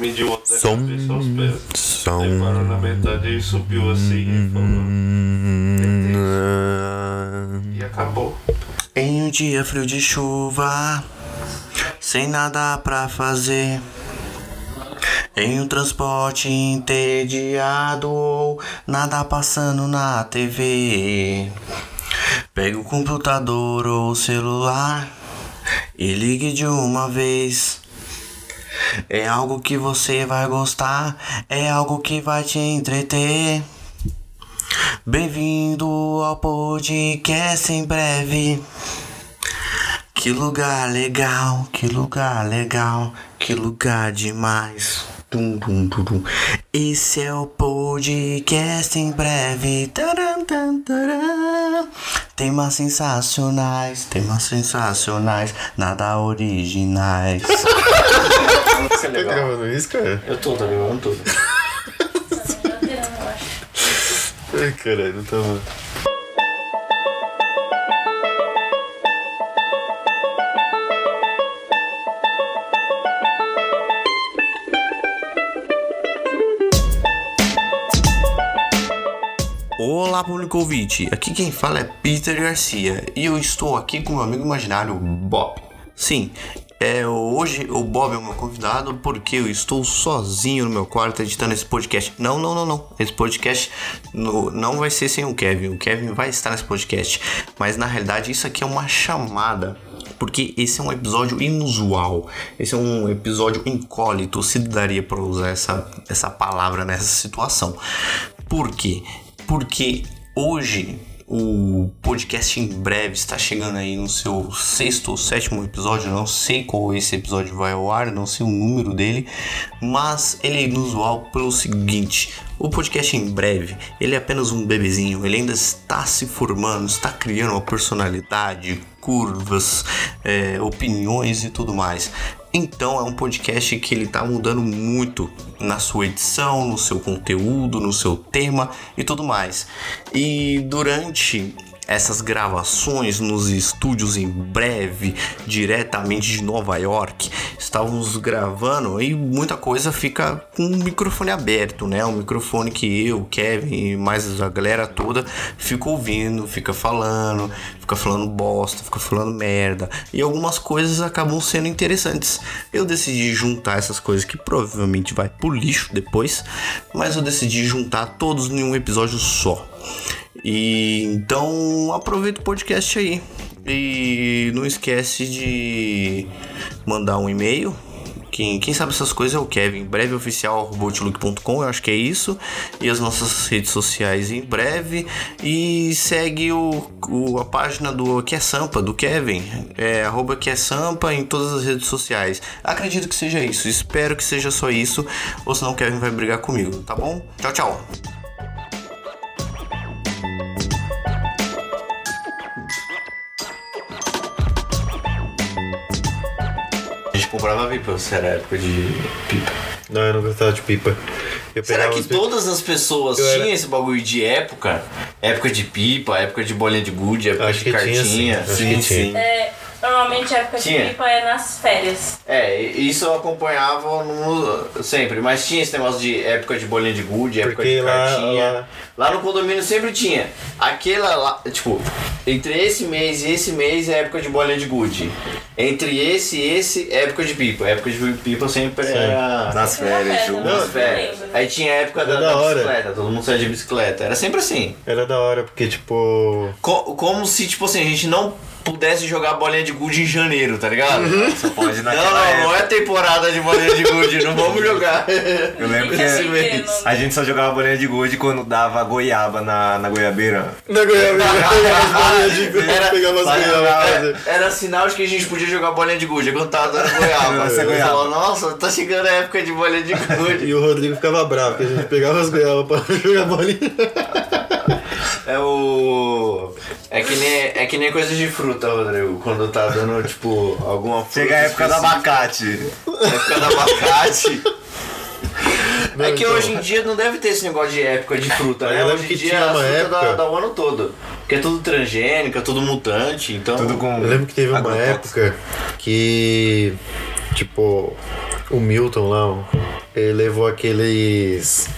mediu até a Som. cabeça aos pés. Som. Aí parou na metade e subiu assim e falou. Hum, E acabou. Em um dia frio de chuva, sem nada pra fazer. Em um transporte entediado, nada passando na TV. Pega o computador ou o celular e ligue de uma vez. É algo que você vai gostar, é algo que vai te entreter. Bem-vindo ao podcast em breve. Que lugar legal, que lugar legal, que lugar demais. Dum, dum, dum, dum. Esse é o podcast em breve. Taran, tan, taran. Temas sensacionais, temas sensacionais, nada originais. Isso é Tá legal. gravando isso, cara? Eu tô, tá ligado? Tudo. Ai, caralho, não tava. Olá, público ouvinte. Aqui quem fala é Peter Garcia e eu estou aqui com meu amigo imaginário Bob. Sim, é, hoje o Bob é o meu convidado porque eu estou sozinho no meu quarto editando esse podcast. Não, não, não, não. Esse podcast no- não vai ser sem o Kevin. O Kevin vai estar nesse podcast, mas na realidade isso aqui é uma chamada porque esse é um episódio inusual, esse é um episódio incólito, se daria para usar essa, essa palavra nessa situação. Por quê? Porque hoje o podcast em breve está chegando aí no seu sexto ou sétimo episódio, não sei qual esse episódio vai ao ar, não sei o número dele, mas ele é inusual pelo seguinte, o podcast em breve, ele é apenas um bebezinho, ele ainda está se formando, está criando uma personalidade, curvas, é, opiniões e tudo mais. Então é um podcast que ele está mudando muito na sua edição, no seu conteúdo, no seu tema e tudo mais. E durante essas gravações nos estúdios em breve, diretamente de Nova York. Estávamos gravando e muita coisa fica com o microfone aberto, né? Um microfone que eu, Kevin e mais a galera toda fica ouvindo, fica falando, fica falando bosta, fica falando merda. E algumas coisas acabam sendo interessantes. Eu decidi juntar essas coisas que provavelmente vai pro lixo depois, mas eu decidi juntar todos em um episódio só. E então aproveita o podcast aí. E não esquece de mandar um e-mail. Quem, quem sabe essas coisas é o Kevin, breveoficial.com, eu acho que é isso. E as nossas redes sociais em breve. E segue o, o- a página do Que é Sampa, do Kevin, é arroba Que é Sampa em todas as redes sociais. Acredito que seja isso, espero que seja só isso, ou senão o Kevin vai brigar comigo, tá bom? Tchau, tchau! A gente comprava pipa, se era época de pipa. Não, eu não gostava de pipa. Eu Será pegava que as pipas- todas as pessoas Eu era- tinham esse bagulho de época? Época de pipa, época de bolinha de gude, época Acho de que tinha, cartinha. sim. Acho que tinha. É, normalmente a época Tinha. de pipa é nas férias. É, isso eu acompanhava no- sempre, mas tinha esse negócio de época de bolinha de gude, época Porque de lá- cartinha. lá- Lá no condomínio sempre tinha. Aquela lá, tipo, entre esse mês e esse mês é época de bolinha de gude. Entre esse e esse, é época de pipa. A época de pipa sempre Sim. era. Nas férias, Não, é, Ju. nas não férias. lembro. Aí tinha a época da, Era da da hora. bicicleta, todo mundo saía de bicicleta. Era sempre assim. Era da hora, porque tipo. Co- como se, tipo assim, a gente não pudesse jogar bolinha de gude em janeiro, tá ligado? Só pode Não, naquela não, não é época. temporada de bolinha de gude, não vamos jogar. Eu lembro Fica que sem ter, não- a gente só jogava bolinha de gude quando dava goiaba na, na goiabeira. Na Goiânia, pegava as bolinhas de pipa, Era- pegava as Mas bolinhas pra fazer. era, era sinal de que a gente podia jogar bolinha de gude. Quando tava dando goiaba. Essa Eu goiaba. falava, Nossa, tá chegando a época de bolinha de gude. E o Rodrigo ficava bravo, porque a gente pegava as goiabas pra jogar bolinha. É o. É que nem, é que nem coisa de fruta, Rodrigo. Quando tá dando, tipo, alguma fruta. Chega a época do específica. abacate. época do abacate. Não, é que então. hoje em dia não deve ter esse negócio de época de fruta, Eu né? lembro Hoje em que dia tinha a uma fruta época- dá, dá o ano todo. Porque é tudo transgênico, é tudo mutante, então. Tudo com. Eu lembro que teve uma agrotóxico. época que, tipo, o Milton lá, ó, ele levou aqueles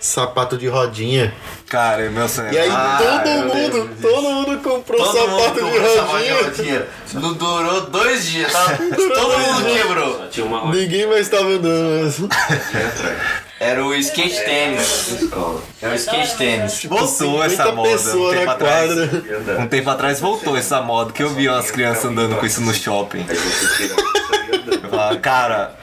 sapato de rodinha. Cara, meu sonho. E aí Ah, eu todo lembro mundo, disso. todo mundo comprou Todo sapato mundo de comprou sapato de rodinha. rodinha. Não durou dois dias. tá? Todo mundo quebrou. Só tinha uma rodinha Ninguém mais tava andando. mas- Era o skate tênis. na escola. Era Ah, o É um skate tênis. Voltou 50 essa moda. Um pessoas tempo na atrás. quadra. Um tempo atrás voltou essa moda que eu vi umas crianças andando com isso no shopping. Aí você tira um Eu falava, cara,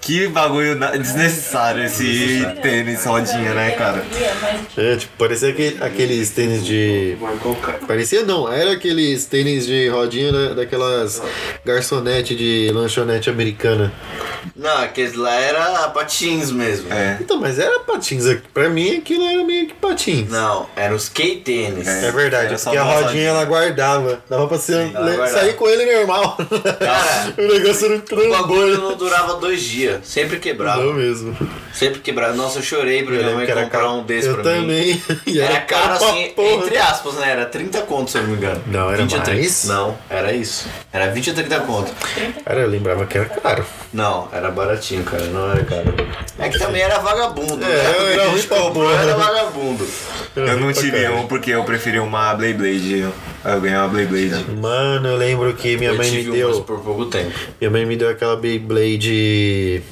que bagulho na- desnecessário esse tênis rodinha, né, cara? É, tipo, parecia aquele- aqueles tênis de. vai colocar. Parecia não, era aqueles tênis de rodinha da- daquelas garçonete de lanchonete americana. Não, aqueles lá era patins mesmo. É. Então, mas era patins. Pra mim aquilo era meio que patins. Não, era o skate tênis. É Era verdade, só porque a uma rodinha. rodinha ela guardava. Dava pra você ela le- guardava. sair com ele normal. Cara, o negócio era um o bagulho trambolho. não durava dois dias. Sempre Não quebrava. mesmo. Sempre quebrava. Nossa, eu chorei pra Eu minha lembro mãe que era comprar caro. um desse eu pra mim. também. E Era caro pra assim, porra. entre aspas, né? Era 30 conto, se eu não me engano. Não, era 20 ou 30. mais? Não, era isso. Era 20 ou 30 conto. Cara, eu lembrava que era caro. Não, era baratinho, cara. Não era caro. É que também era vagabundo. É, né? eu Porque era a ruim gente pra comprou, porra. era vagabundo. Eu não Pra tirei caralho. um porque eu preferi uma Beyblade. Eu ganhei uma Beyblade. Mano, eu lembro que minha eu mãe me tive deu. umas por pouco tempo. Minha mãe me deu aquela Beyblade.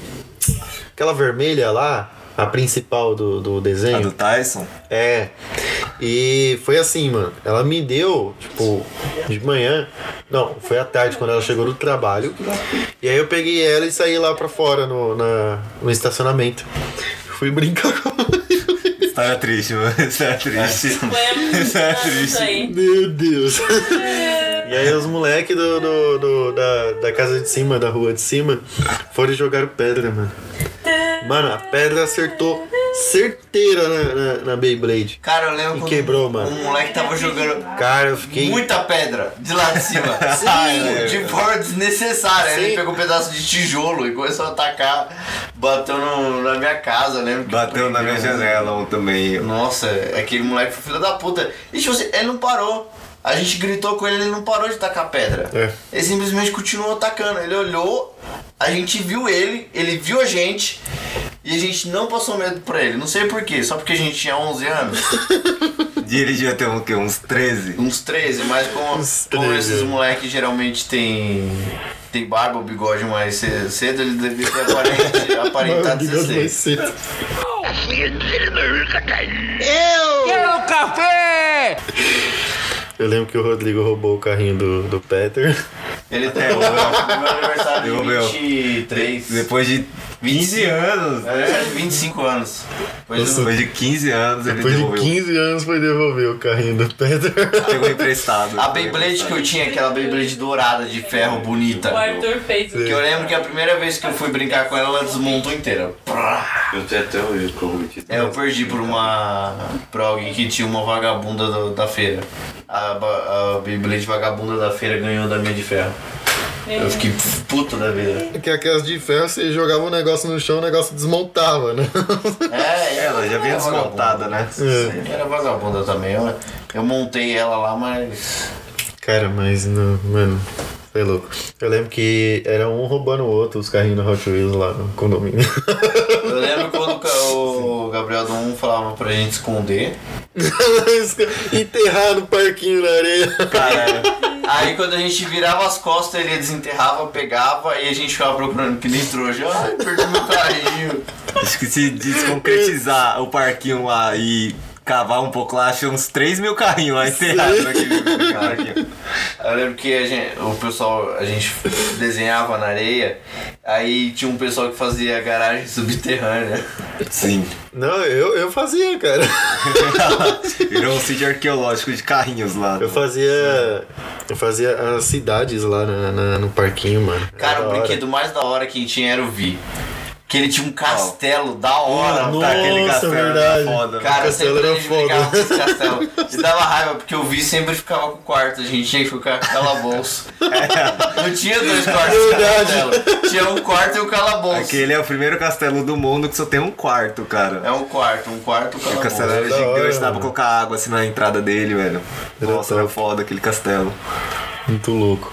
Aquela vermelha lá, a principal do, do A Ah, do desenho. Tyson? É. E foi assim, mano. Ela me deu, tipo, de manhã. Não, foi à tarde quando ela chegou do trabalho. E aí eu peguei ela e saí lá pra fora no, na- no estacionamento. Fui brincar com ela. História triste, mano. História triste. Isso é Isso triste. aí. Meu Deus. E aí os moleques do, do- do- da, da casa de cima, da rua de cima, foram e jogaram pedra, mano. Mano, a pedra acertou certeira na, na, na Beyblade. Cara, eu lembro E quando quebrou, um mano. moleque tava jogando Cara, eu fiquei. muita pedra de lá de cima. Sim, de forma desnecessária. Aí Ele Sim. pegou um pedaço de tijolo e começou a atacar, bateu no- na minha casa, eu lembro. que Bateu na minha prendeu. janela um também. Nossa, aquele moleque foi filho da puta. E tipo assim, ele não parou. A gente gritou com ele, ele não parou de tacar pedra. É. Ele simplesmente continuou atacando. Ele olhou, a gente viu ele, ele viu a gente. E a gente não passou medo pra ele, não sei porquê, só porque a gente tinha 11 anos, E ele devia ter um, que, uns 13? uns 13, mas como, Uns como 13. esses moleques geralmente tem, tem barba ou bigode mais ce- cedo, ele devia ter aparente, aparentado Mano, Deus, 16. mais cedo. Eu lembro que o Rodrigo roubou o carrinho do, do Peter. Ele tem o meu aniversário é Eu, meu. de 23. Depois de 15 anos, Ela né? era de 25 anos. Pois Depois de 15 anos ele Depois de devolveu. 15 anos foi devolver o carrinho do Peter. Pegou emprestado. a Beyblade que eu tinha, aquela Beyblade dourada de ferro bonita. O Arthur fez. Que eu lembro que a primeira vez que eu fui brincar com ela, ela desmontou inteira. Prá! Eu tenho até um o erro que eu cometi. É, Eu perdi por uma. pra alguém que tinha uma vagabunda do- da feira. A, ba- a Beyblade vagabunda da feira ganhou da minha de ferro. Eu fiquei puto da vida. Que aquelas de ferro, você jogava um negócio no chão, o negócio desmontava, né? É, Ela já vinha era vagabunda. desmontada, né? Era vagabunda também. Eu, eu montei ela lá, mas. Cara, mas não, mano, foi louco. Eu lembro que era um roubando o outro, os carrinhos do Hot Wheels lá no condomínio. Eu lembro quando o ca- o Gabriel do 1 falava pra gente esconder. Enterrar no parquinho na areia. Cara, aí quando a gente virava as costas, ele desenterrava, pegava e a gente ficava procurando que nem trouxa. Ai, perdi meu carrinho. Acho que se desconcretizar o parquinho lá e cavar um pouco lá, achei uns 3 mil carrinhos lá enterrados naquele parquinho. Eu lembro que a gente- o pessoal, a gente desenhava na areia, aí tinha um pessoal que fazia garagem subterrânea. Sim. Não, eu, eu fazia, cara. Virou um sítio arqueológico de carrinhos lá. Eu fazia. Eu fazia as cidades lá na- na- no parquinho, mano. um Cara, Era o da hora. brinquedo mais da hora que tinha era o Vi. Que ele tinha um castelo da hora, Nossa, Tá, aquele castelo era verdade. foda, né? Cara, castelo sempre a era gente foda. brigava com esse castelo. E dava raiva, porque o Vi sempre ficava com o quarto. A gente tinha que ficar com o calabouço. Não tinha dois quartos de Verdade. castelo. Tinha um quarto e o calabouço. Aquele é o primeiro castelo do mundo que só tem um quarto, cara. É um quarto, um quarto e o O castelo calabouço. era da hora, gigante, dava pra mano. colocar água assim na entrada dele, velho. Era Nossa, era top. foda aquele castelo. Muito louco.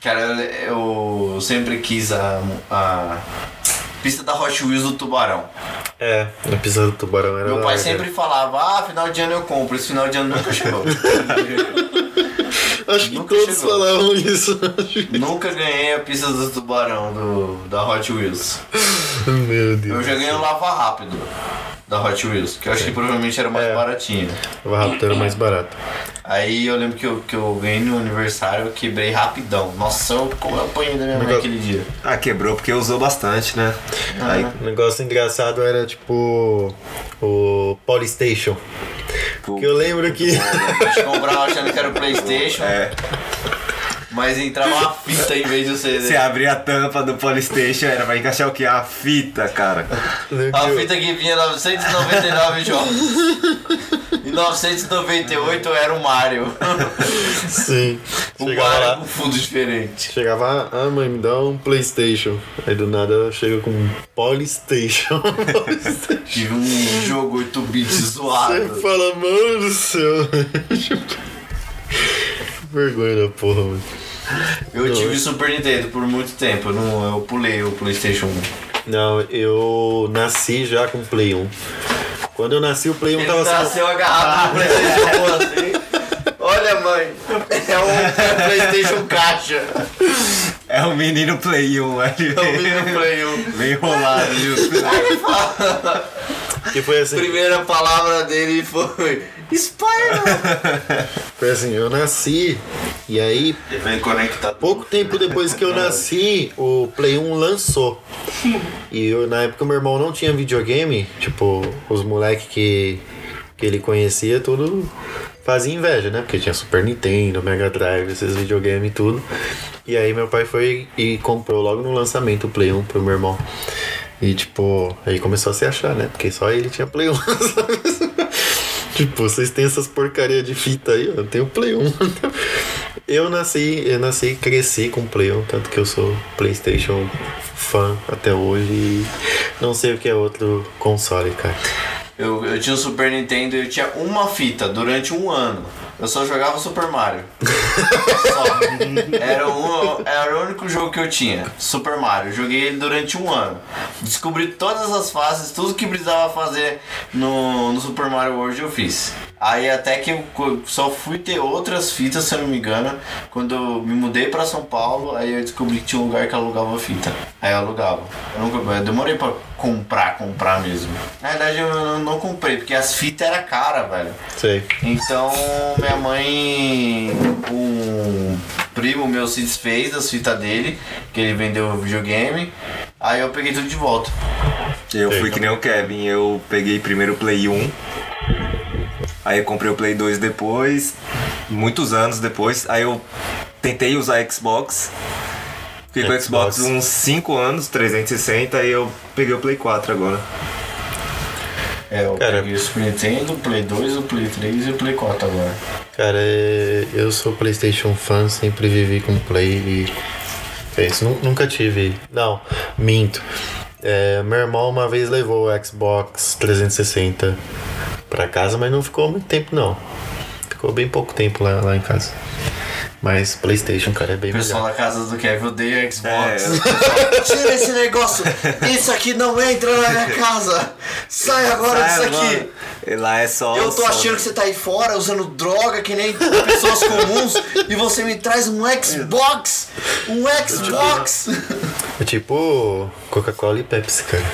Cara, eu sempre quis a... a- pista da Hot Wheels do Tubarão. É, a pista do tubarão era. Meu da pai hora, sempre falava, ah, final de ano eu compro, esse final de ano nunca chegou. cara. Acho que nunca todos chegou. falavam isso. nunca ganhei a pista do Tubarão do, da Hot Wheels. Meu Deus. Eu já ganhei o Lava Rápido da Hot Wheels, que eu acho que provavelmente era mais É. baratinho. O rápido era mais barato. Aí eu lembro que eu, que eu ganhei no aniversário, eu quebrei rapidão. Nossa, eu, como eu apanhei da minha mãe Negócio- aquele dia. Ah, quebrou porque usou bastante, né? Aí, O negócio engraçado era tipo. O Polystation. pô, Que eu lembro que. A gente comprava achando que era o Playstation, é, mas entrava uma fita em vez de você. você abria a tampa do Polystation, era pra encaixar o quê? A fita, cara. lembro que A eu- fita que vinha 999 jogos. E 998 era o Mario. Sim. O Chegava Mario lá. com fundo diferente. Chegava, ah mãe, me dá um Playstation. Aí do nada chega com um Polystation. Polystation. Tive um jogo 8 bits Você zoado. fala, mano do céu. Tipo, Vergonha da porra, mano. Eu tive Super Nintendo por muito tempo. Eu, não, eu pulei o Playstation 1. Não, eu nasci já com Play 1. Quando eu nasci, o Play 1 Ele tava sendo. nasceu agarrado no Playstation 1 assim. Olha mãe, é um Playstation caixa. É o menino Play 1, velho. É um mini Play 1. Bem enrolado, justo. Que foi assim. Primeira palavra dele foi Spider! Foi assim, eu nasci. E aí, Ele vem conectado. pouco tempo depois que eu nasci, o Play 1 lançou. E eu, na época meu irmão não tinha videogame, tipo, os moleques que, que ele conhecia, tudo fazia inveja, né? Porque tinha Super Nintendo, Mega Drive, esses videogames e tudo. E aí meu pai foi e comprou logo no lançamento o Play 1 pro meu irmão. E tipo, aí começou a se achar, né? Porque só ele tinha Play 1. sabe? tipo, vocês têm essas porcaria de fita aí, ó, eu tenho Play 1. eu nasci, eu nasci e cresci com Play 1, tanto que eu sou Playstation fã até hoje e não sei o que é outro console, cara. Eu, eu tinha o Super Nintendo e eu tinha uma fita durante um ano. Eu só jogava Super Mario. Só. Era, o- era o único jogo que eu tinha, Super Mario. Eu Joguei ele durante um ano. Descobri todas as fases, tudo que precisava fazer no, no Super Mario World eu fiz. Aí até que eu co- só fui ter outras fitas, se eu não me engano, quando eu me mudei pra São Paulo, aí eu descobri que tinha um lugar que alugava fita. Aí eu alugava. Eu, nunca, eu demorei pra comprar, comprar mesmo. Na verdade eu não, não comprei, porque as fitas eram caras, velho. Sei. Então, minha mãe, um primo meu se desfez das fitas dele, que ele vendeu o videogame. Aí eu peguei tudo de volta. Eu fui que nem o Kevin, eu peguei primeiro o Play 1. Aí eu comprei o Play 2 depois, muitos anos depois. Aí eu tentei usar Xbox. Fiquei com o Xbox Xbox. uns 5 anos, 360, aí eu peguei o Play 4 agora. É, eu Cara. peguei o Super Nintendo, o Play 2, o Play 3 e o Play 4 agora. Cara, é, eu sou PlayStation fã, sempre vivi com Play e. É isso, nu- nunca tive. Não, minto. É, meu irmão uma vez levou o Xbox 360 pra casa, mas não ficou muito tempo, não. Ficou bem pouco tempo lá, lá em casa. Mas PlayStation, cara, é bem O pessoal melhor. da casa do Kevin odeia Xbox. É. Tira esse negócio! Isso aqui não entra na minha casa! Sai agora Sai disso aqui! agora. Lá é só. Eu tô só- achando que você tá aí fora usando droga que nem pessoas comuns e você me traz um Xbox! Um Xbox! É tipo Coca-Cola e Pepsi, cara.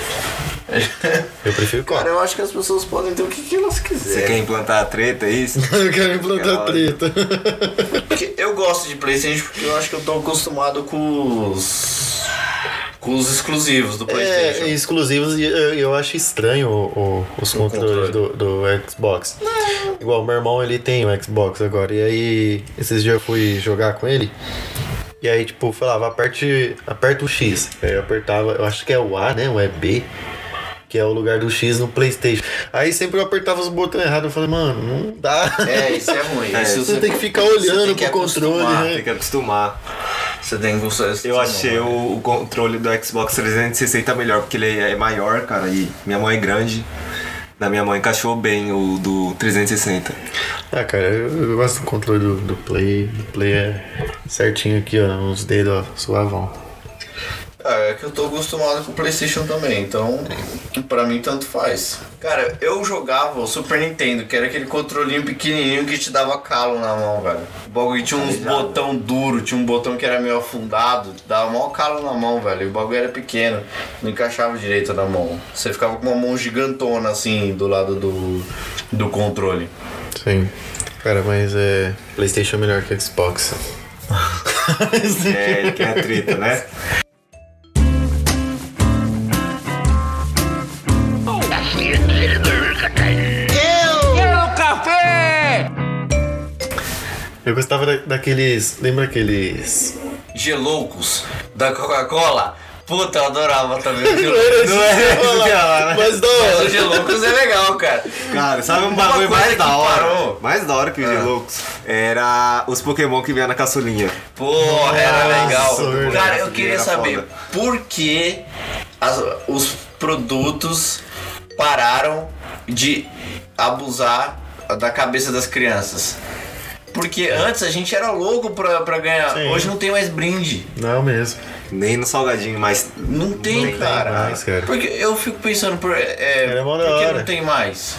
Eu prefiro Coca. eu acho que as pessoas podem ter o que, que elas Você quer implantar a treta, é isso? Eu quero implantar treta. Porque Eu gosto de PlayStation porque eu acho que eu tô acostumado com os. com os exclusivos do PlayStation. É, exclusivos e eu, eu acho estranho o- o- os controles controle. do, do Xbox. Igual meu irmão ele tem o Xbox agora. E aí, esses dias eu fui jogar com ele. E aí, tipo, falava, aperte, aperta o X. Aí eu apertava, eu acho que é o A, né? Ou é B. Que é o lugar do X no Playstation. Aí sempre eu apertava os botões errados. Eu falei, mano, não dá. É, isso é ruim. É, Isso Você tem que ficar olhando tem que pro controle, acostumar, né? Tem que acostumar. Você tem que gostar desse Eu som, achei né? o, o controle do Xbox 360 melhor, porque ele é maior, cara, e minha mão é grande. Na minha mãe encaixou bem o do 360. Ah, cara, eu, eu gosto do controle do, do Play. Do Play é certinho aqui, ó. Os dedos, ó, suavão. Ah, é que eu tô acostumado com o PlayStation também, então pra mim tanto faz. Cara, eu jogava o Super Nintendo, que era aquele controlinho pequenininho que te dava calo na mão, velho. O bagulho tinha uns botão duro, tinha um botão que era meio afundado, dava mó calo na mão, velho. E o bagulho era pequeno, não encaixava direito na mão. Você ficava com uma mão gigantona assim do lado do, do controle. Sim. Cara, mas é. PlayStation é melhor que Xbox. É, ele quer a treta, né? Eu gostava da- daqueles. Lembra aqueles. Geloucos da Coca-Cola. Puta, eu adorava também. o Não Geloucos. era Não é isso que é lá, né? Mas da Mas o hora. Geloucos é legal, cara. Cara, sabe um Uma bagulho coisa mais que da hora? parou. Mais da hora que os Ah. Geloucos era os Pokémon que vinha na caçulinha. Porra, era Nossa, legal. verdade. Cara, eu queria Era saber foda. por que as- os produtos pararam de abusar da cabeça das crianças. Porque antes a gente era louco pra, pra ganhar. Sim. Hoje não tem mais brinde. Não mesmo. Nem no salgadinho, mas. Não tem, cara. mais, cara. Porque eu fico pensando, por, é, Era mó por da que hora. não tem mais?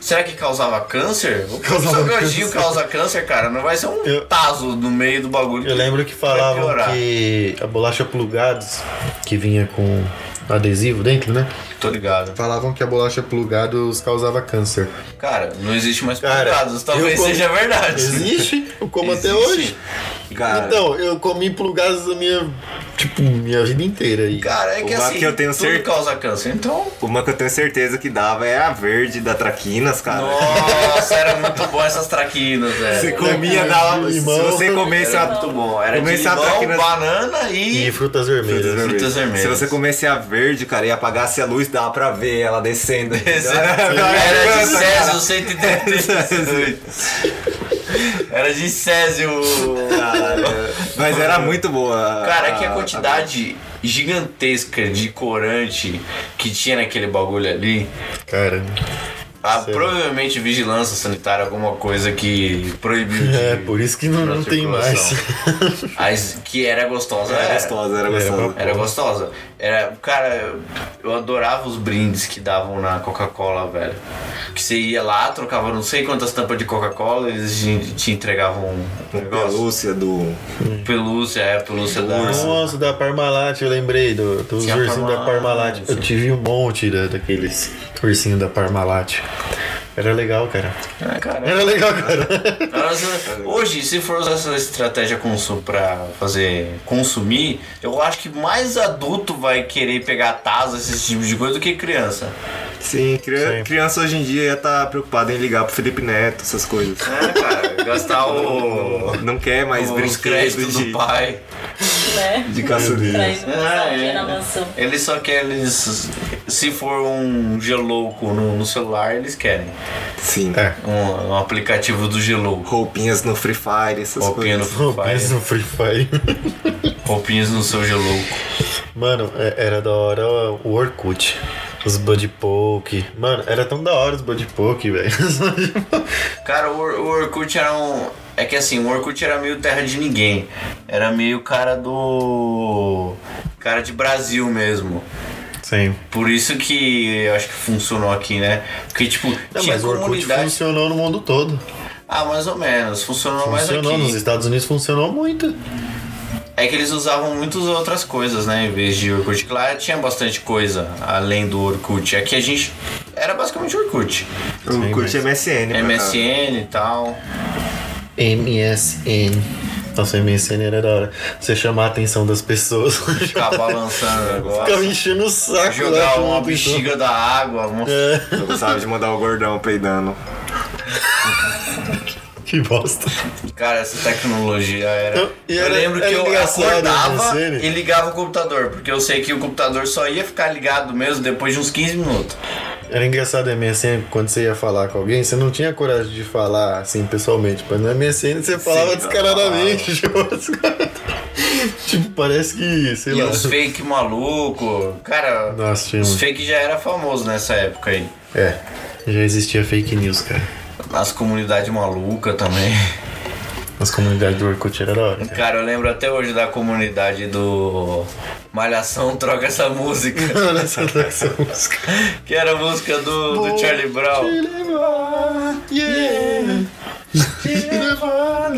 Será que causava câncer? O Causava salgadinho câncer. causa câncer, cara. Não vai ser um Eu- taso no meio do bagulho. Eu lembro que vai falavam piorar. que a bolacha plugados, que vinha com adesivo dentro, né? Tô ligado. Falavam que a bolacha plugados causava câncer. Cara, não existe mais Cara, plugados. Talvez eu como- seja verdade. Existe? Eu como até Existe. hoje. Cara, Então, eu comi plugados a minha. Tipo, minha vida inteira. E... Cara, é que Uma assim, que eu tenho tudo certeza- causa câncer. Então, uma que eu tenho certeza que dava é a verde da Traquinas, cara. nossa, era muito bom essas traquinas, Você velho. comia, Com dava. Se limão. você comesse Era a. muito bom. é- Era de Comecei a limão, traquinas- banana E e... frutas vermelhas. Frutas vermelhas. Se você comesse a verde, cara, e apagasse a luz, dava pra ver ela descendo. Era de Césio 138. Era de Césio. Ah, Cara, Mas era muito boa. Ah, Cara, é que a quantidade gigantesca de corante que tinha naquele bagulho ali. Cara. Ah, Sei. provavelmente vigilância sanitária, alguma coisa que proibiu. de- É, por isso que não, não tem mais. As que era gostosa. Era gostosa, era Era gostosa. bom. Era gostosa. Era, cara, eu adorava os brindes que davam na Coca-Cola, velho. Que você ia lá, trocava não sei quantas tampas de Coca-Cola, eles te- te entregavam um Com negócio. pelúcia do. Pelúcia, é, pelúcia da. Nossa, da Parmalat, eu lembrei do, dos Tinha ursinhos da Parmalat, né? Parmalat. sim. Eu tive um monte da, daqueles ursinhos da Parmalat. Era legal, cara. Ah, cara. Era legal, cara. Nossa, Hoje, se for usar essa estratégia consu pra fazer consumir, eu acho que mais adulto vai querer pegar taza, esse tipo de coisa, do que criança. Sim, cri- Sim. criança hoje em dia ia estar preocupada em ligar pro Felipe Neto, essas coisas. É, cara, gastar o. Não quer mais Oh. os brinquedo créditos de, do pai. né? de Ah, é. caçulinha. Traz uma nostalgia um na mansão. Ele Ah, é. só quer eles. Se for um gelouco no, no celular, eles querem. Sim. É. Um, um aplicativo do gelouco. Roupinhas no Free Fire, essas Roupinha no coisas. Free Mas Fire, no Free Fire. roupinhas no seu gelouco. Mano, é- era da hora o Orkut. Os Buddy Poke. Mano, era tão da hora os Buddy Poke, velho. Cara, o, Or- o Orkut era um. É que assim, o Orkut era meio terra de ninguém. Era meio cara do. Cara de Brasil mesmo. Sim. Por isso que eu acho que funcionou aqui, né? Porque, tipo, Não, tinha mas o Orkut comunidade. funcionou no mundo todo. Ah, mais ou menos. Funcionou, Funcionou. mais Nos aqui. Estados Unidos funcionou muito. É que eles usavam muitas outras coisas, né? Em vez de Orkut. Lá tinha bastante coisa além do Orkut. Aqui a gente. Era basicamente Orkut. Eu curti mas- MSN. pra caralho. MSN e tal. MSN. Nossa, MSN era da hora. Você chamar a atenção das pessoas. Ficar balançando o Ficava negócio. enchendo o saco. né, lá, Jogar chamando uma a atenção. bexiga da água. uma- É, Eu gostava de mandar o gordão peidando. que bosta. Cara, essa tecnologia era. Não, Então, e eu era- lembro que era eu engraçado, acordava né, sério? e ligava o computador. Porque eu sei que o computador só ia ficar ligado mesmo depois de uns 15 minutos. Era engraçado a MSN quando você ia falar com alguém, você não tinha coragem de falar assim pessoalmente, mas na MSN você falava Sim, descaradamente. Tipo, tipo, parece que, sei E lá. os fake maluco. Cara, Nossa, tinha os muito. fake já era famoso nessa época aí. É, já existia fake news, cara. As comunidades malucas também. As comunidades do Orkut era da hora. né? cara. Cara, eu lembro até hoje da comunidade do Malhação troca essa música. que era a música do, do Charlie Brown.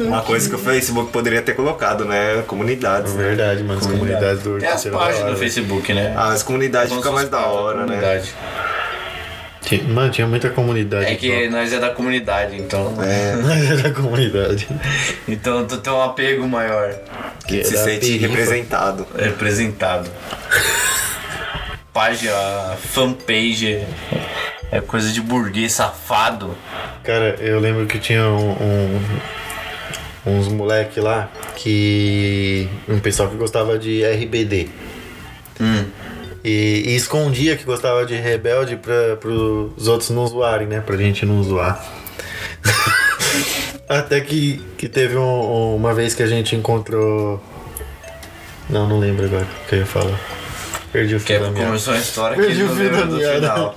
Uma coisa que o Facebook poderia ter colocado, né? Comunidades, né? Verdade, mano. As comunidades do Tem É as Terceira páginas Hora. do Facebook, né? As comunidades Vamos ficam Ah, mais da sustentar a hora, né? comunidade. Tinha- Mano, tinha muita comunidade. É que nós é da comunidade, então. É, Era a comunidade. Então tu tem um apego maior. Que se É, era sente perifa. representado. representado. Página, fanpage, é coisa de burguês safado. Cara, eu lembro que tinha um- um- uns moleque lá que. Um pessoal que gostava de RBD. E, e escondia que gostava de Rebelde pra, pros outros não zoarem, né? Pra gente não zoar. Até que, que teve um- uma vez que a gente encontrou. Não, não lembro agora o que eu ia falar. Perdi o fio Que é da meada. começou a história que Perdi o não fio lembra da né? do meada. final.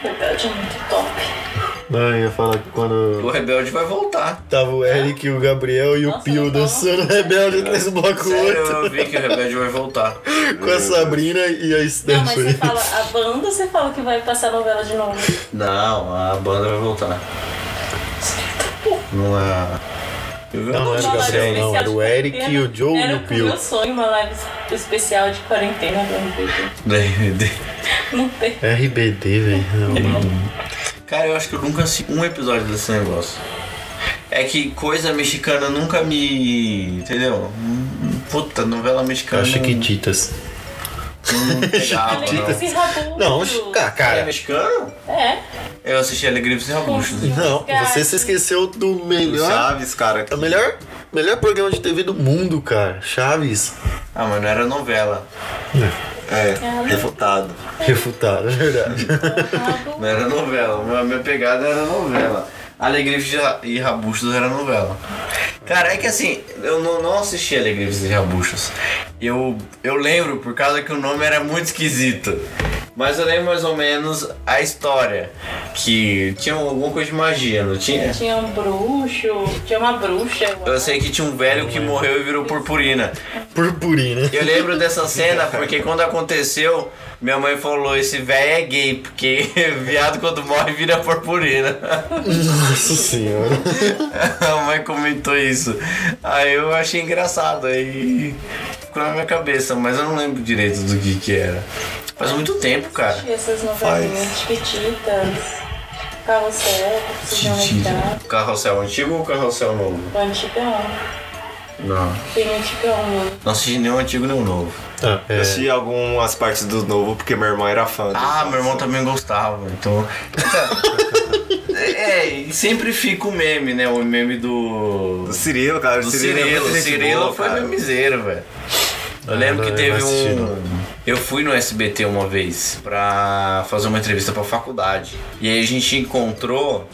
Rebelde é muito top. Não, eu ia falar que quando. O rebelde vai voltar. Tava o Eric, o Gabriel e o Nossa, Pio legal. dançando Rebelde nesse bloco Sério, 8 eu vi que o rebelde vai voltar. com a Sabrina e a Não, mas você Stephanie. fala a banda ou você fala que vai passar a novela de novo? Não, a banda vai voltar. Não é. Não, não era o assim. Gabriel, não. Era o Eric e o Joe e Era o o Pio. meu sonho, uma live especial de quarentena. né? Não tem. RBD, velho. Cara, eu acho que eu nunca assisti um episódio desse negócio. É que coisa mexicana nunca me. Entendeu? Hum, Puta, novela mexicana. As Chiquititas. Não Ah, pegava, Alegria não. desse rabudo. Não, chi- ca- É cara. mexicano? É. Eu assisti Alegria dos Rabuchos. Não, você se esqueceu do melhor. Chaves, cara. que- É O melhor, melhor programa de TV do mundo, cara. Chaves. Ah, mas não era novela. É, refutado. Refutado, é verdade. Não era novela. Minha, minha pegada era novela. Alegrifes e Rabuchos era novela. Cara, é que assim, eu não, não assisti Alegrifes e Rabuchos. Eu, eu lembro por causa que o nome era muito esquisito. Mas eu lembro mais ou menos a história. Que tinha alguma coisa de magia, não tinha? Tinha um bruxo, tinha uma bruxa. Eu sei que tinha um velho que morreu e virou purpurina. Purpurina. Eu lembro dessa cena porque quando aconteceu, minha mãe falou: esse velho é gay, porque viado quando morre vira purpurina. Nossa senhora. A mãe comentou isso. Aí eu achei engraçado, aí ficou na minha cabeça, mas eu não lembro direito do que que era. Faz muito tempo, cara. Tinha essas novelinhas, chiquititas, carrossel, precisão entrar. O carrossel antigo ou o carrossel novo? O antigão, Não. tem antigão, né? Não assisti nem o antigo nem o novo. Ah, Eu é. assisti algumas partes do novo porque meu irmão era fã. Ah, meu irmão também gostava, então. É, e sempre fica o meme, né? O meme do. Do Cirilo, cara. Do o Cirilo, é muito Cirilo. gente Cirilo boa, foi cara. meu miseiro, velho. Eu Ah, lembro que não, eu teve não assisti, um. não. Eu fui no SBT uma vez pra fazer uma entrevista pra faculdade. E aí a gente encontrou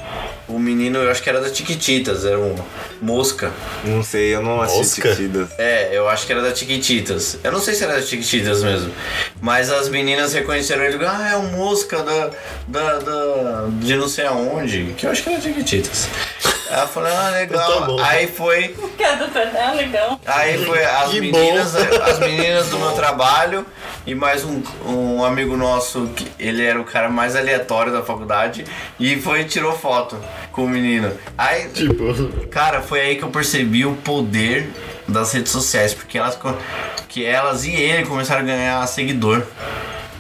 o menino, eu acho que era da Tiquititas, era um mosca. Não sei, eu não assisti Oscar? Tidas. É, eu acho que era da Tiquititas. Eu não sei se era da Tiquititas mesmo. Mas as meninas reconheceram ele. Ah, é o Mosca da, da, da- de não sei aonde. Que eu acho que era Tiquititas. Ela falou, ah, Tá legal. bom. Aí foi... Cada ah, legal. Aí foi as Que meninas, é, as meninas do meu trabalho e mais um, um amigo nosso, que ele era o cara mais aleatório da faculdade, e foi e tirou foto com o menino. Aí, Tipo, cara, foi aí que eu percebi o poder das redes sociais, porque elas, co- que elas e ele começaram a ganhar seguidor.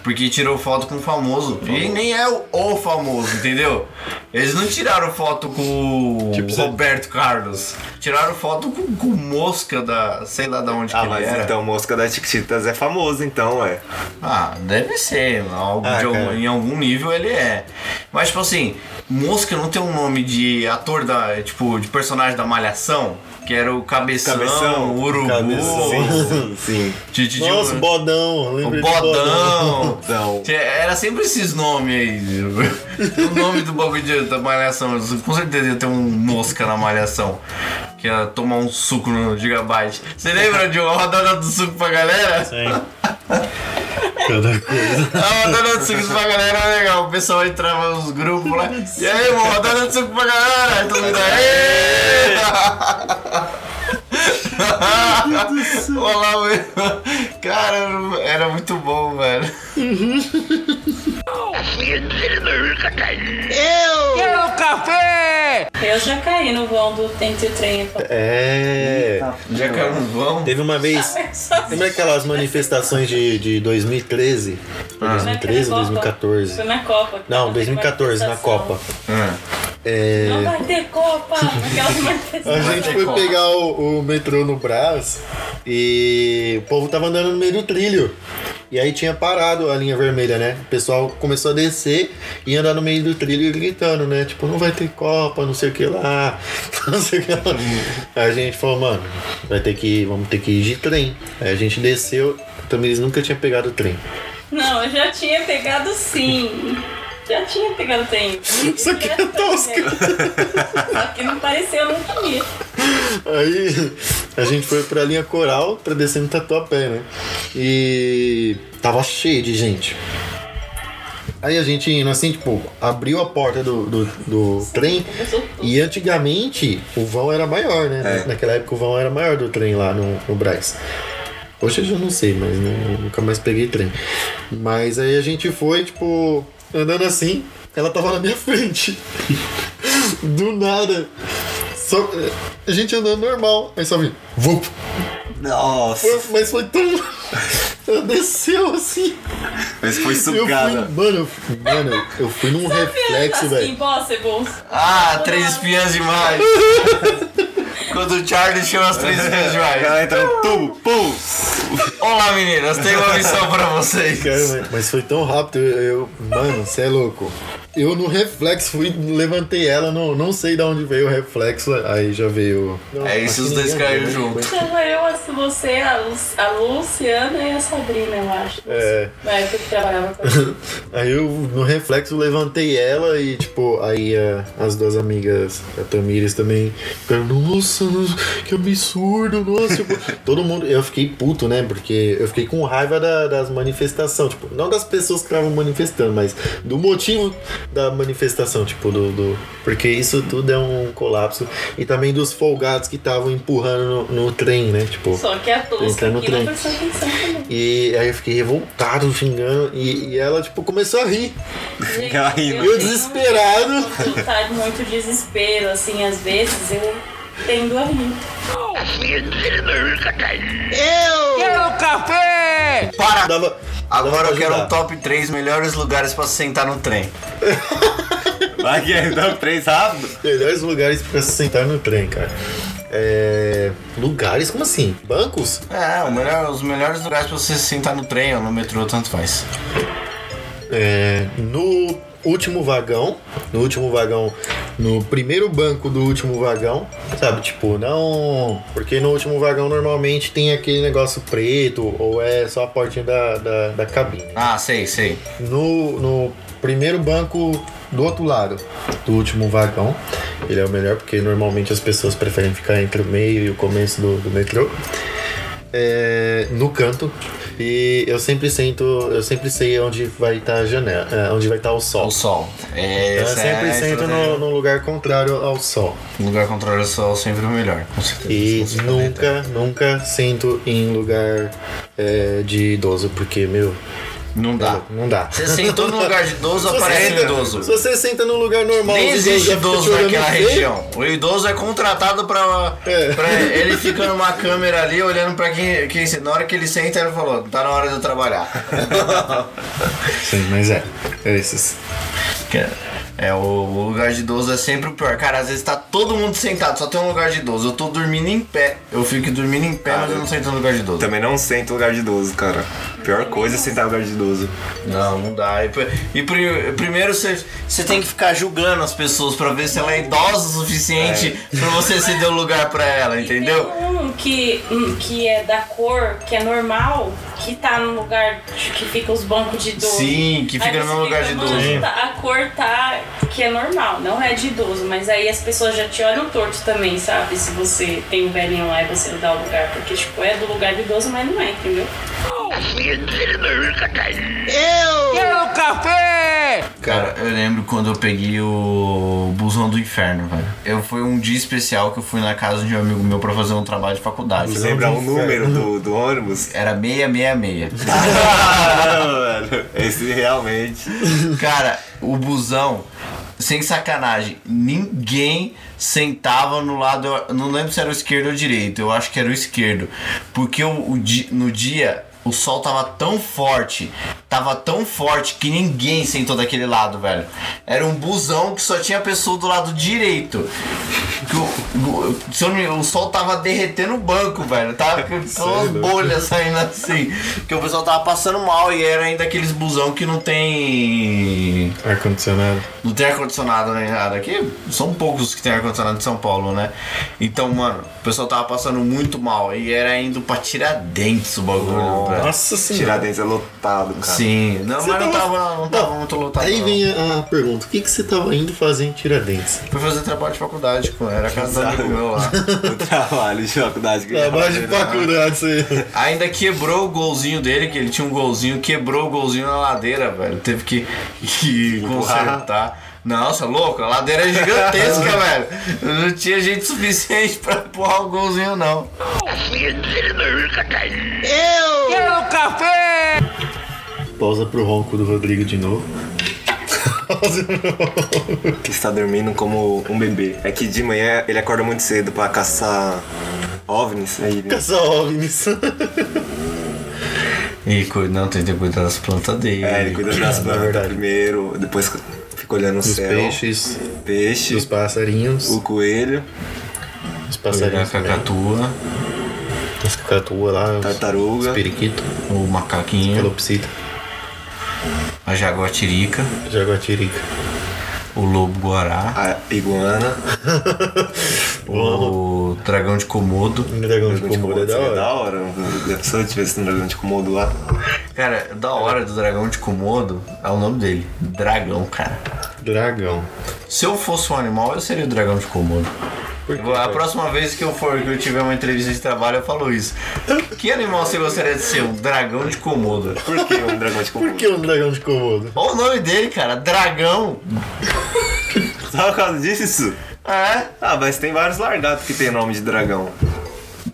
Porque tirou foto com o famoso. E nem é o, o famoso, entendeu? Eles não tiraram foto com o Tipo, você- Roberto Carlos. Tiraram foto com, com o Mosca da. sei lá de onde Ah, que ele mas era. então Mosca das Tiquititas é famoso, então, ué. Ah, deve ser. Algo Ah, de algum- cara. em algum nível ele é. Mas, tipo assim, Mosca não tem um nome de ator da. Tipo, de personagem da Malhação? Que era o Cabeção, Cabeção, o Urubu, Cabeção. Sim, sim, sim. Tititi, nossa, o- bodão. o Lembrei do Bodão. Então, Tinha- Era sempre esses nomes aí. O nome do bagulho de- da malhação. Com certeza ia ter um mosca na malhação. Que ia tomar um suco no Gigabyte. Você lembra de uma rodada do suco pra galera? Sim. Cada coisa. A rodada do Tá suco pra galera era legal. O pessoal entrava nos grupos lá. E aí, irmão, rodada do suco pra galera. Aí todo mundo. "Aê!" Olá, meu. Cara, era- era muito bom, velho. Eu já caí no vão do Tente o Trem. É. Já caiu no vão? Teve uma vez. Lembra aquelas manifestações de, de 2013? Foi 2013 ou 2014? né? Foi na Copa. Não, 2014, na Copa. É, Não vai ter Copa! Aquelas manifestações. A gente foi pegar o, o metrô no Brás e o povo tava andando no meio do trilho. E aí tinha parado a linha vermelha, né? O pessoal começou a descer e andar no meio do trilho e gritando, né? Tipo, não vai ter Copa, não sei o que lá, não sei o que lá. Aí a gente falou, mano, vai ter que ir, vamos ter que ir de trem. Aí a gente desceu, também eles nunca tinham pegado o trem. Não, eu já tinha pegado sim. Já tinha pegado tem. Só que eu tô- Só que não pareceu, eu não queria. Aí a gente foi pra linha coral pra descer no tatuapé, né? E tava cheio de gente. Aí a gente indo assim, tipo, abriu a porta do, do, do trem. Eu sou tudo. E antigamente o vão era maior, né? É. Naquela época o vão era maior do trem lá no, no Brás. Hoje eu já não sei, mas né, eu nunca mais peguei trem. Mas aí a gente foi, tipo, andando assim, ela tava na minha frente. Do nada. Só, a gente andando normal, aí só vi. Vup, Nossa, Foi- mas foi tão. Ela desceu assim. mas foi Eu sugada. fui, mano, eu fui, mano, eu fui num reflexo, Assim, velho. Impossible. Ah, três espiãs demais. Quando o Charlie chama as três espiãs demais. Ela entra no tubo, pum! Olá, meninas, tenho uma missão pra vocês. Cara, mas- mas foi tão rápido, eu. eu- mano, você é louco. Eu no reflexo fui, levantei ela, não, não sei de onde veio o reflexo, aí já veio. É isso, os dois caíram juntos. Tava Então, eu, a- você, a, Lu- a Luciana e a Sabrina, eu acho. É. Na época que trabalhava com a Aí eu, no reflexo, levantei ela e, tipo, aí a- as duas amigas, a Tamires também, ficaram, nossa, nossa, que absurdo, nossa. tipo, todo mundo, eu fiquei puto, né? Porque eu fiquei com raiva da- das manifestações, tipo, não das pessoas que estavam manifestando, mas do motivo da manifestação, tipo, do, do- Porque isso tudo é um colapso. E também dos folgados que estavam empurrando no, no trem, né? Tipo. Só que a Tosca Entra no aqui não trem. prestou atenção também. E aí eu fiquei revoltado, xingando, e, e ela, tipo, começou a rir. Gente, Ai, Eu tenho- desesperado. tá muito desespero, assim, às vezes eu tendo a rir. Para! Dava, Agora eu pra quero ajudar. um top 3 melhores lugares pra se sentar no trem. Vai que dá três rápido. melhores lugares pra se sentar no trem, cara. É, Lugares? Como assim? Bancos? É, o melhor- os melhores lugares pra você se sentar no trem ou no metrô, tanto faz. É, No último vagão. No último vagão. No primeiro banco do último vagão. Sabe, tipo, não. Porque no último vagão normalmente tem aquele negócio preto ou é só a portinha da, da, da cabine. Ah, sei, sei. No, no primeiro banco do outro lado do último vagão. Ele é o melhor porque normalmente as pessoas preferem ficar entre o meio e o começo do, do metrô. É, no canto. E eu sempre sento, eu sempre sei onde vai estar a janela, é, onde vai estar o sol. O sol. É, Eu essa é sempre a sento estratégia. no, no lugar contrário ao sol. Lugar contrário ao sol sempre é o melhor, com certeza. E Isso não se comenta. nunca, nunca sento em lugar é, de idoso, porque, meu, Não dá. não dá. Você sentou no lugar de idoso, Se aparece você- um idoso. Se você senta num lugar normal, Nem os idosos existe já ficam te idoso olhando naquela feio. região. O idoso é contratado pra. assim? É. pra- ele fica numa câmera ali olhando pra quem, quem. se- Na hora que ele senta, ele falou: tá na hora de eu trabalhar. Sim, mas é. É esses. É, o, o lugar de idoso é sempre o pior. Cara, às vezes tá todo mundo sentado, só tem um lugar de idoso. Eu tô dormindo em pé. Eu fico dormindo em pé, mas eu não sento no lugar de idoso. Também não sento lugar de idoso, cara. Pior coisa é sentar no lugar de idoso. Não, não dá. E, pri- e pri- primeiro você você tem que ficar julgando as pessoas pra ver se ela é idosa o suficiente pra você ceder o lugar pra ela, entendeu? Tem um que, um que é da cor, que é normal, que tá no lugar de- que fica os bancos de idoso. Sim, que Aí fica você no mesmo lugar de mano, idoso. tá- A cor tá que é normal, não é de idoso, mas aí as pessoas já te olham torto também, sabe? Se você tem um velhinho lá e você não dá o lugar, porque tipo, é do lugar de idoso, mas não é, entendeu? mulher! Cara, eu lembro quando eu peguei o Busão do Inferno, velho. Eu foi um dia especial que eu fui na casa de um amigo meu pra fazer um trabalho de faculdade. Busão. Lembra o número do, do ônibus? Era 666. Ah, velho. Esse realmente. Cara, o busão, sem sacanagem, ninguém sentava no lado. eu Não lembro se era o esquerdo ou o direito, eu acho que era o esquerdo. Porque o, o di- no dia. O sol tava tão forte, tava tão forte que ninguém sentou daquele lado, velho. Era um busão que só tinha pessoa do lado direito. Que o, o- se eu não me- o sol tava derretendo o banco, velho. Tava com é só as bolhas saindo assim. Que o pessoal tava passando mal e era ainda aqueles busão que não tem. Ar-condicionado. Não tem ar-condicionado nem nada. Aqui são poucos que tem ar-condicionado em São Paulo, né? Então, mano, o pessoal tava passando muito mal e era indo pra Tiradentes o bagulho, velho. Nossa senhora. Tiradentes é lotado, cara. Sim, não, Você mas não tava- tava, não tava muito lotado. Aí não. vem a, a pergunta: o que, que você tava indo fazer em Tiradentes? Fui fazer trabalho de faculdade, pô. Era a casa do amigo meu lá. O trabalho de faculdade que eu ia Trabalho É, de fazer, né? faculdade, você. Ainda quebrou o golzinho dele, que ele tinha um golzinho, quebrou o golzinho na ladeira, velho. Teve que, que consertar. Nossa, louco, a ladeira é gigantesca, velho. Não tinha gente suficiente pra empurrar o golzinho, não. Quero café! Pausa pro ronco do Rodrigo de novo. Pausa pro ronco. Que está dormindo como um bebê. É que de manhã ele acorda muito cedo pra caçar ovnis. Aí ele- Caça OVNIs. E cu- não, tem que cuidar das plantas dele. É, ele cuida das Na plantas verdade. primeiro, depois fica olhando o Os céu. peixes, Peixe, os passarinhos, o coelho, os Cuida da passarinhos também. é cacatua, As cacatua lá, os- tartaruga. os periquito, o macaquinho, calopsita, a jaguatirica, jaguatirica. o lobo-guará, A iguana. o dragão de Komodo. Um dragão de Komodo é da seria hora. hora. Se eu tivesse um dragão de Komodo lá. Cara, da hora do dragão de Komodo é o nome dele. Dragão, cara. Dragão. Se eu fosse um animal, eu seria o dragão de Komodo. Por quê, Eu- a cara? próxima vez que eu for que eu tiver uma entrevista de trabalho, eu falo isso. Que animal você gostaria de ser? Um dragão de Komodo. Por que um dragão de Komodo? Por que um dragão de Komodo? Olha o nome dele, cara. Dragão. Só por causa disso? É? Ah, mas tem vários largatos que tem nome de dragão.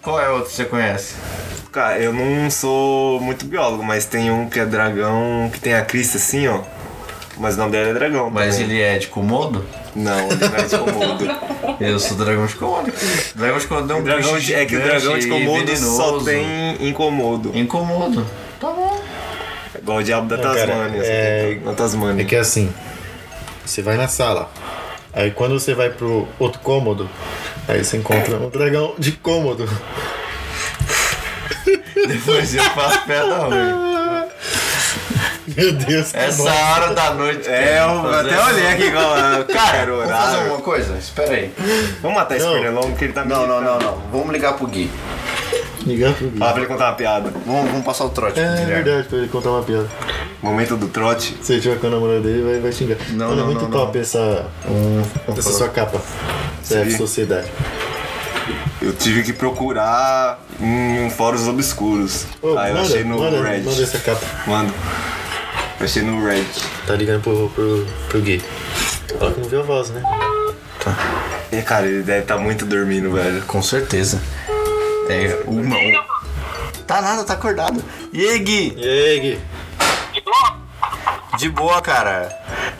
Qual é outro que você conhece? Cara, eu não sou muito biólogo, mas tem um que é dragão, que tem a crista assim, ó. Mas o nome dele é dragão. Mas também. ele é de Komodo? Não, ele não é de Komodo. Eu sou dragão de Komodo. Dragão de Komodo é um O dragão bicho de- é que o dragão de gigante e Komodo só venenoso. tem incomodo. Em Komodo. Tá bom. É Igual o diabo da Não, cara, Tasmânia. só é- tem Na Tasmânia. É que é assim, você vai na sala, aí quando você vai pro outro cômodo, aí você encontra um dragão de cômodo. Depois eu faço pedra ruim. Meu Deus, que Essa bom. hora da noite. É, cara, eu fazer até essa- olhei aqui qual é o Cara, cara, o vamos horário. fazer alguma coisa? Espera aí. Vamos matar esse Não. pernilongo que ele tá Não, não, militando. não, não. Vamos ligar pro Gui. Ligar pro Gui. Ah, pra ele contar uma piada. Vamos, vamos passar o trote. pro É Guilherme. verdade, pra ele contar uma piada. Momento do trote. Se ele tiver com a namorada dele, vai, vai xingar. Não, Mano, não, é muito não, top essa, um, essa sua capa. CF Sim. é Sociedade. Eu tive que procurar em fóruns obscuros. Ô, Aí Ah, eu manda, achei no manda, Reddit. manda essa capa. Mando. Eu achei no Reddit. Tá ligando pro, pro, pro Gui. Fala que não viu a voz, né? E cara, ele deve estar muito dormindo, velho. Com certeza. É, uma. Tá nada, tá acordado. E aí, Gui? E aí, Gui? De boa, cara.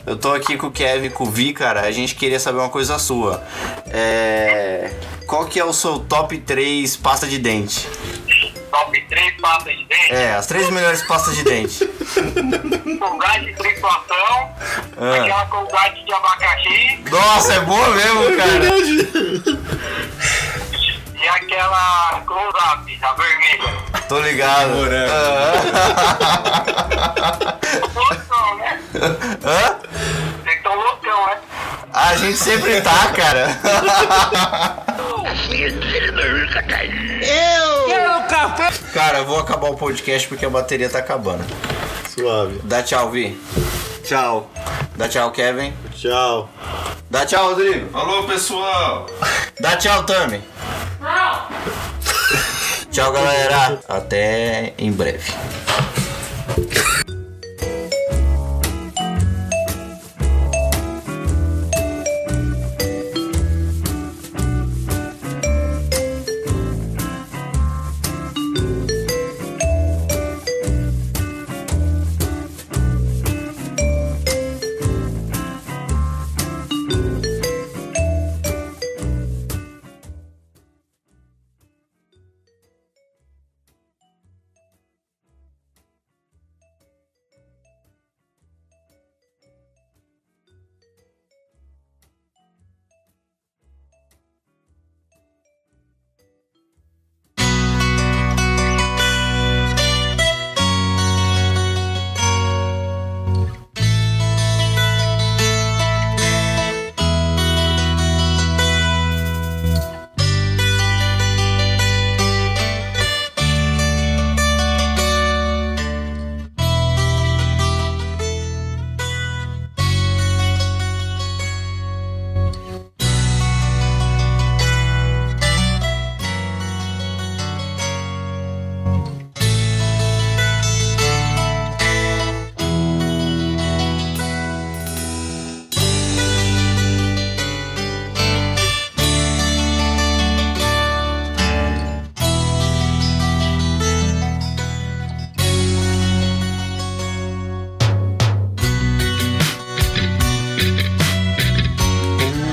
Eu tô aqui com o Kevin e com o Vi, cara. A gente queria saber uma coisa sua. É. Qual que é o seu top 3 pasta de dente? Top 3 pastas de dente, É, as três melhores pastas de dente. colgate de tripulação, Ah. aquela colgate de abacaxi Nossa, é boa mesmo, cara. e aquela close-up, a vermelha. Tô ligado. Morango. Loucão, né? Hã? Vocês tão loucão, né? A gente sempre tá, cara. Quero café! Cara, eu vou acabar o podcast porque a bateria tá acabando. Suave. Dá tchau, Vi. Tchau. Dá tchau, Kevin. Tchau. Dá tchau, Rodrigo. Alô, pessoal! Dá tchau, Tami. Não! Tchau, galera. Até em breve.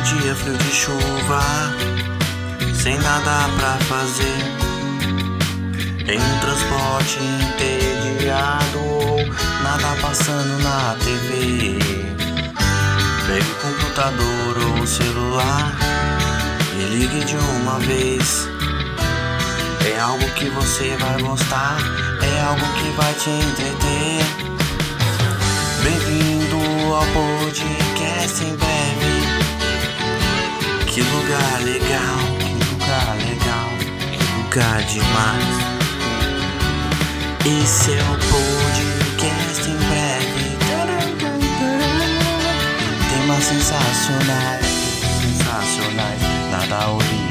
Um frio de chuva, sem nada pra fazer. Em um transporte entediado, nada passando na TV. Pegue o computador ou o celular e ligue de uma vez. É algo que você vai gostar, é algo que vai te entreter. Bem-vindo ao podcast em breve. Que lugar legal, que lugar legal, que lugar demais. Esse é o podcast em breve. Tararam, tararam. Temas sensacionais, sensacionais, nada original.